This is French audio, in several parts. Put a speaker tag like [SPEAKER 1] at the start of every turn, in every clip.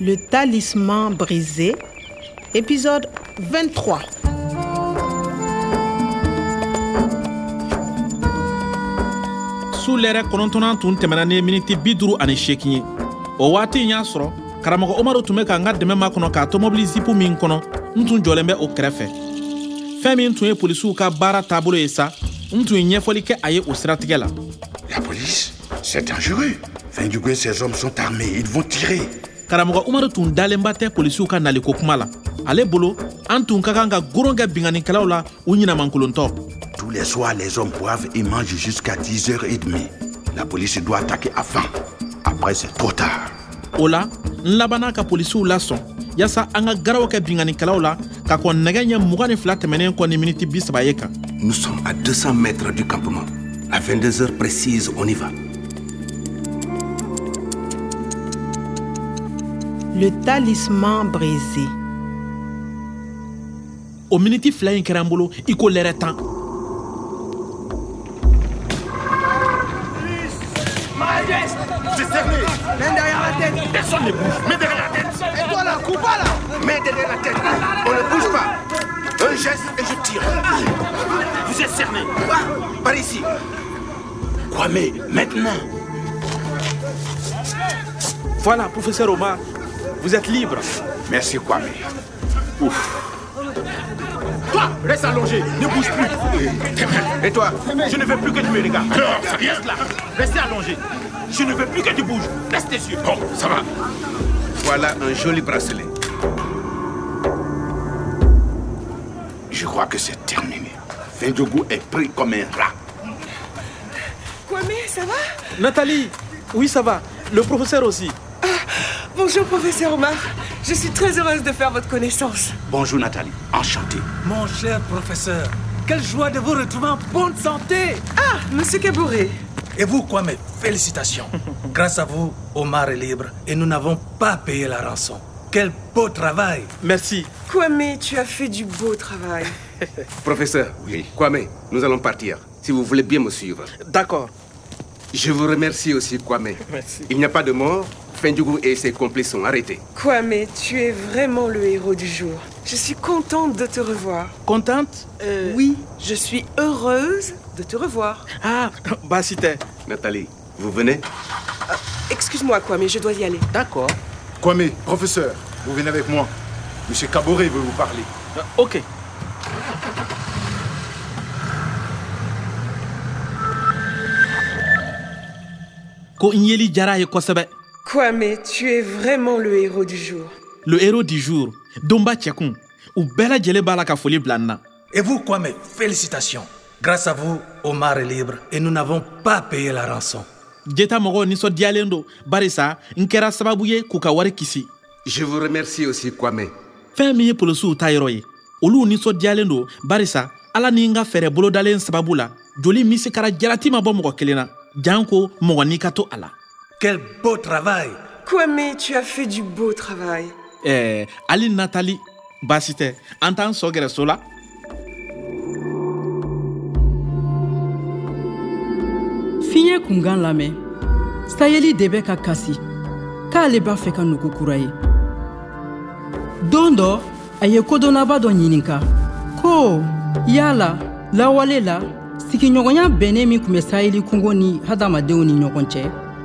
[SPEAKER 1] Le talisman brisé, épisode 23.
[SPEAKER 2] su lɛrɛ kɔnɔntɔnnan tun tɛmɛna ni miniti bi duuru ani seegin ye o waati n y'a sɔrɔ karamɔgɔ omaru tun bɛ ka n ka dɛmɛ makɔnɔ k'a to mobili zipu min kɔnɔ n tun jɔlen bɛ o kɛrɛfɛ fɛn min tun ye polisiw ka baara taabolo ye sa n tun ye ɲɛfɔli kɛ a ye o siratigɛ la
[SPEAKER 3] La police C'est dangereux. Fendugwe et ses hommes sont armés. Ils vont tirer.
[SPEAKER 2] karamɔgɔ umaru tun dalenba tɛ polisiw ka naliko kuma la ale bolo an tun ka kan ka goron kɛ binganikɛlaw la u ɲinamankolontɔ
[SPEAKER 3] Tous les soirs, les hommes boivent et mangent jusqu'à 10h30. La police doit attaquer avant. Après, c'est trop tard.
[SPEAKER 2] o la n labanna ka polisiw lasɔn yaasa an ka garaw kɛ binganikɛlaw la ka kɔn nɛgɛ ɲɛ mugan ni fila tɛmɛnen kɔ ni miniti bi saba ye kan
[SPEAKER 4] Nous sommes à 200 mètres du campement. À 22 heures précises, on y va.
[SPEAKER 1] Le talisman brisé.
[SPEAKER 2] o miniti fila ɲi kɛra n bolo i ko lɛrɛ tan
[SPEAKER 3] Mets derrière la tête. On ne bouge pas. Un geste et je tire. Vous êtes cerné. par ici. Quoi, mais maintenant
[SPEAKER 2] voilà professeur omar vous êtes libre
[SPEAKER 3] Merci Kwame. Ouf. Toi, reste allongé, ne bouge plus. Très bien. Et toi Je ne veux plus que tu me regardes. reste là, restez allongé. Je ne veux plus que tu bouges. Reste tes yeux. Bon, ça va. Voilà un joli bracelet. Je crois que c'est terminé. Fendjougou est pris comme un rat.
[SPEAKER 5] Kwame, ça va
[SPEAKER 2] nathalie oui ça va le professeur aussi
[SPEAKER 5] Bonjour, professeur Omar. Je suis très heureuse de faire votre connaissance.
[SPEAKER 3] Bonjour Nathalie, enchanté.
[SPEAKER 6] Mon cher professeur, quelle joie de vous retrouver en bonne santé
[SPEAKER 5] Ah, monsieur Caboret.
[SPEAKER 6] Et vous, quoi, mes félicitations Grâce à vous, Omar est libre et nous n'avons pas payé la rançon. Quel beau travail
[SPEAKER 2] merci
[SPEAKER 5] Kwame, tu as fait du beau travail.
[SPEAKER 7] Professeur,
[SPEAKER 3] Oui.
[SPEAKER 7] Kwame, nous allons partir. Si vous voulez bien me suivre.
[SPEAKER 2] d'accord
[SPEAKER 7] Je vous remercie aussi, Kwame.
[SPEAKER 2] Merci.
[SPEAKER 7] Il n'y a pas de mort. Fendjougou et ses complices sont arrêtés.
[SPEAKER 5] Kwame, tu es vraiment le héros du jour. Je suis contente de te revoir.
[SPEAKER 2] contente Euh,
[SPEAKER 5] Oui, je suis heureuse de te revoir.
[SPEAKER 2] ah baasi tɛ
[SPEAKER 7] Nathalie, vous venez
[SPEAKER 5] Excuse-moi, Kwame, je dois y aller.
[SPEAKER 2] d'accord
[SPEAKER 8] Kwame, professeur, vous venez avec moi. Monsieur Caboret veut vous parler.
[SPEAKER 2] Euh, ok ko n yeli jara a ye kosɛbɛ
[SPEAKER 5] Kwame, tu es vraiment le héros du jour.
[SPEAKER 2] le héros du jour donba cɛkun u bɛɛ lajɛlen b'a la ka foli bila n na
[SPEAKER 6] Et vous, quoi, mes félicitations Grâce à vous, Omar est libre et nous n'avons pas payé la rançon.
[SPEAKER 2] jeta mɔgɔw ninsɔndiyalen don barisa n kɛra sababu ye k'u ka wari kisi
[SPEAKER 7] Je vous remercie aussi, Kwame.
[SPEAKER 2] fɛn min ye polisiw ta yɔrɔ ye olu ninsɔndiyalen don barisa ala ni n ka fɛɛrɛ bolodalen sababu la joli min se kɛra jalati ma bɔ mɔgɔ kelen na jan ko mɔgɔ n'i ka to a la
[SPEAKER 6] Quel beau travail
[SPEAKER 5] Kwame, tu as fait du beau travail.
[SPEAKER 2] ɛɛ hali natali baasi tɛ an t'an sɔ gɛrɛ so la
[SPEAKER 9] fiɲɛ kunkan lamɛn sayeli de bɛ ka kasi k'ale b'a fɛ ka nugu kura ye don dɔ a ye kodɔnnaba dɔ ɲininka ko yala lawale la sigiɲɔgɔnya bɛnnen min tun bɛ sayeli kungo ni hadamadenw ni ɲɔgɔn cɛ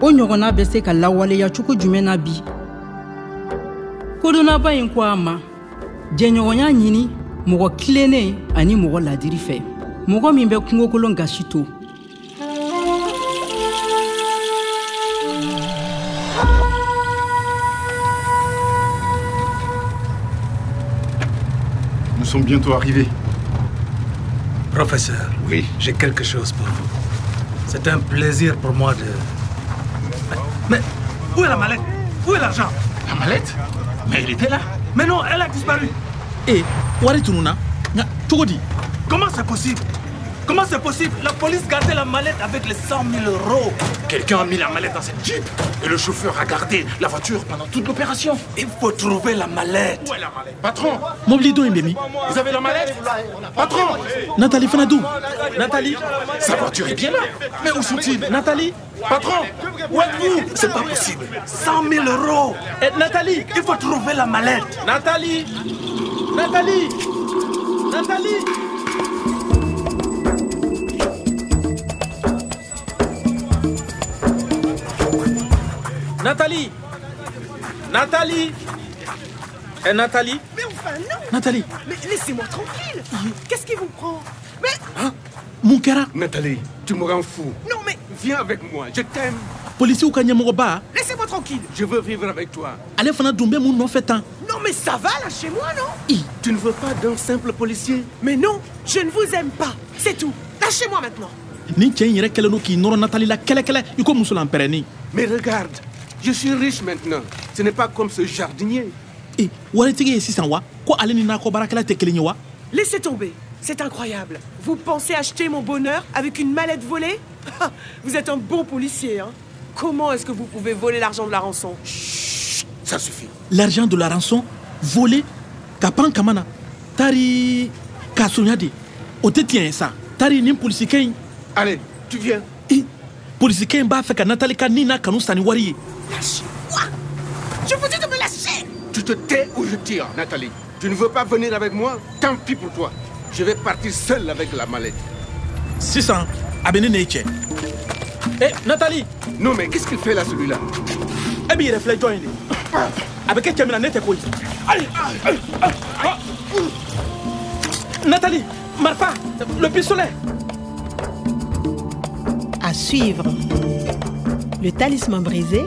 [SPEAKER 9] o ɲɔgɔnna bɛ se ka lawaleya cogo jumɛn na bi kodɔnnaba in ko a ma jɛɲɔgɔnya ɲini mɔgɔ kilennen ani mɔgɔ ladiri fɛ mɔgɔ min bɛ kungokolon gasi to
[SPEAKER 8] Nous sommes bientôt arrivés.
[SPEAKER 6] Professeur,
[SPEAKER 3] Oui.
[SPEAKER 6] j'ai quelque chose pour vous. C'est un plaisir pour moi de... Mais, mais où est la mallette Où est l'argent
[SPEAKER 3] La mallette Mais il était là.
[SPEAKER 6] Mais non, elle a disparu
[SPEAKER 10] Eh,
[SPEAKER 2] e wari tununna nka cogo di
[SPEAKER 6] Comment c'est possible
[SPEAKER 10] Comment c'est possible La police gardait la mallette avec les 100 000 euros.
[SPEAKER 11] Quelqu'un a mis la mallette dans cette jeep et le chauffeur a gardé la voiture pendant toute l'opération.
[SPEAKER 10] Il faut trouver la mallette.
[SPEAKER 11] Où est la mallette Patron,
[SPEAKER 2] mobili don ye bɛ min
[SPEAKER 11] vous avez la mallette Patron,
[SPEAKER 2] natali fana dun natali
[SPEAKER 11] sa voiture est bien là. Mais où sont-ils
[SPEAKER 2] natali
[SPEAKER 11] Patron, où êtes-vous
[SPEAKER 10] C'est pas possible. 100 000 euros.
[SPEAKER 2] Eh, natali
[SPEAKER 10] Il faut trouver la mallette.
[SPEAKER 2] natali natali natali natali natali ɛ natali
[SPEAKER 6] Mais enfin, non
[SPEAKER 2] natali
[SPEAKER 6] Mais laissez-moi tranquille Qu'est-ce qui vous prend Mais
[SPEAKER 2] mun kɛra
[SPEAKER 3] Nathalie, tu me rends fou.
[SPEAKER 6] non, mais
[SPEAKER 3] Viens avec moi, je t'aime.
[SPEAKER 2] polisiw ka ɲɛmɔgɔba
[SPEAKER 6] laissez-moi tranquille
[SPEAKER 3] Je veux vivre avec toi.
[SPEAKER 2] ale fana dun bɛ mun nɔfɛ tan
[SPEAKER 6] Non, mais ça va, lâchez-moi, non
[SPEAKER 3] Tu ne veux pas d'un simple policier
[SPEAKER 6] Mais non, je ne vous aime pas, c'est tout Lâchez-moi maintenant
[SPEAKER 2] nin cɛ in yɛrɛ kɛlen don k'i nɔrɔ natali la kɛlɛkɛlɛ i ko musolanpɛrɛnnin
[SPEAKER 3] Mais regarde, je suis riche maintenant. Ce n'est pas comme ce jardinier.
[SPEAKER 2] e waritigi ye sisan wa ko ale ni nakɔ baarakɛla tɛ kelen ye wa
[SPEAKER 6] Laissez tomber C'est incroyable Vous pensez acheter mon bonheur avec une mallette volée Ah, Vous êtes un bon policier, hein Comment est-ce que vous pouvez voler l'argent de la rançon
[SPEAKER 3] Ça suffit.
[SPEAKER 2] l'argent de la rançon volé ka pan kama na tari k'a sonya de o tɛ tiɲɛ ye sa tari nin polisikɛ in
[SPEAKER 3] Allez, tu viens.
[SPEAKER 2] e polisikɛ in b'a fɛ ka natali ka nin n'a kanu sanni wari ye
[SPEAKER 6] Je vous dis de me lâcher
[SPEAKER 3] Tu te tais ou je tire, Nathalie. Tu ne veux pas venir avec moi Tant pis pour toi. Je vais partir seul avec la mallette.
[SPEAKER 2] sisan a bɛ ne n'e cɛ e natali
[SPEAKER 3] Non mais qu'est-ce qu'il fait là celui-là
[SPEAKER 2] e b'i yɛrɛ filɛ jɔn ye de a bɛ kɛ cɛ min na ne tɛ koyi Ayi, ayi, ayi, ayi, ayi. natali marifa le pistolet
[SPEAKER 1] À suivre. Le Talisman brisé,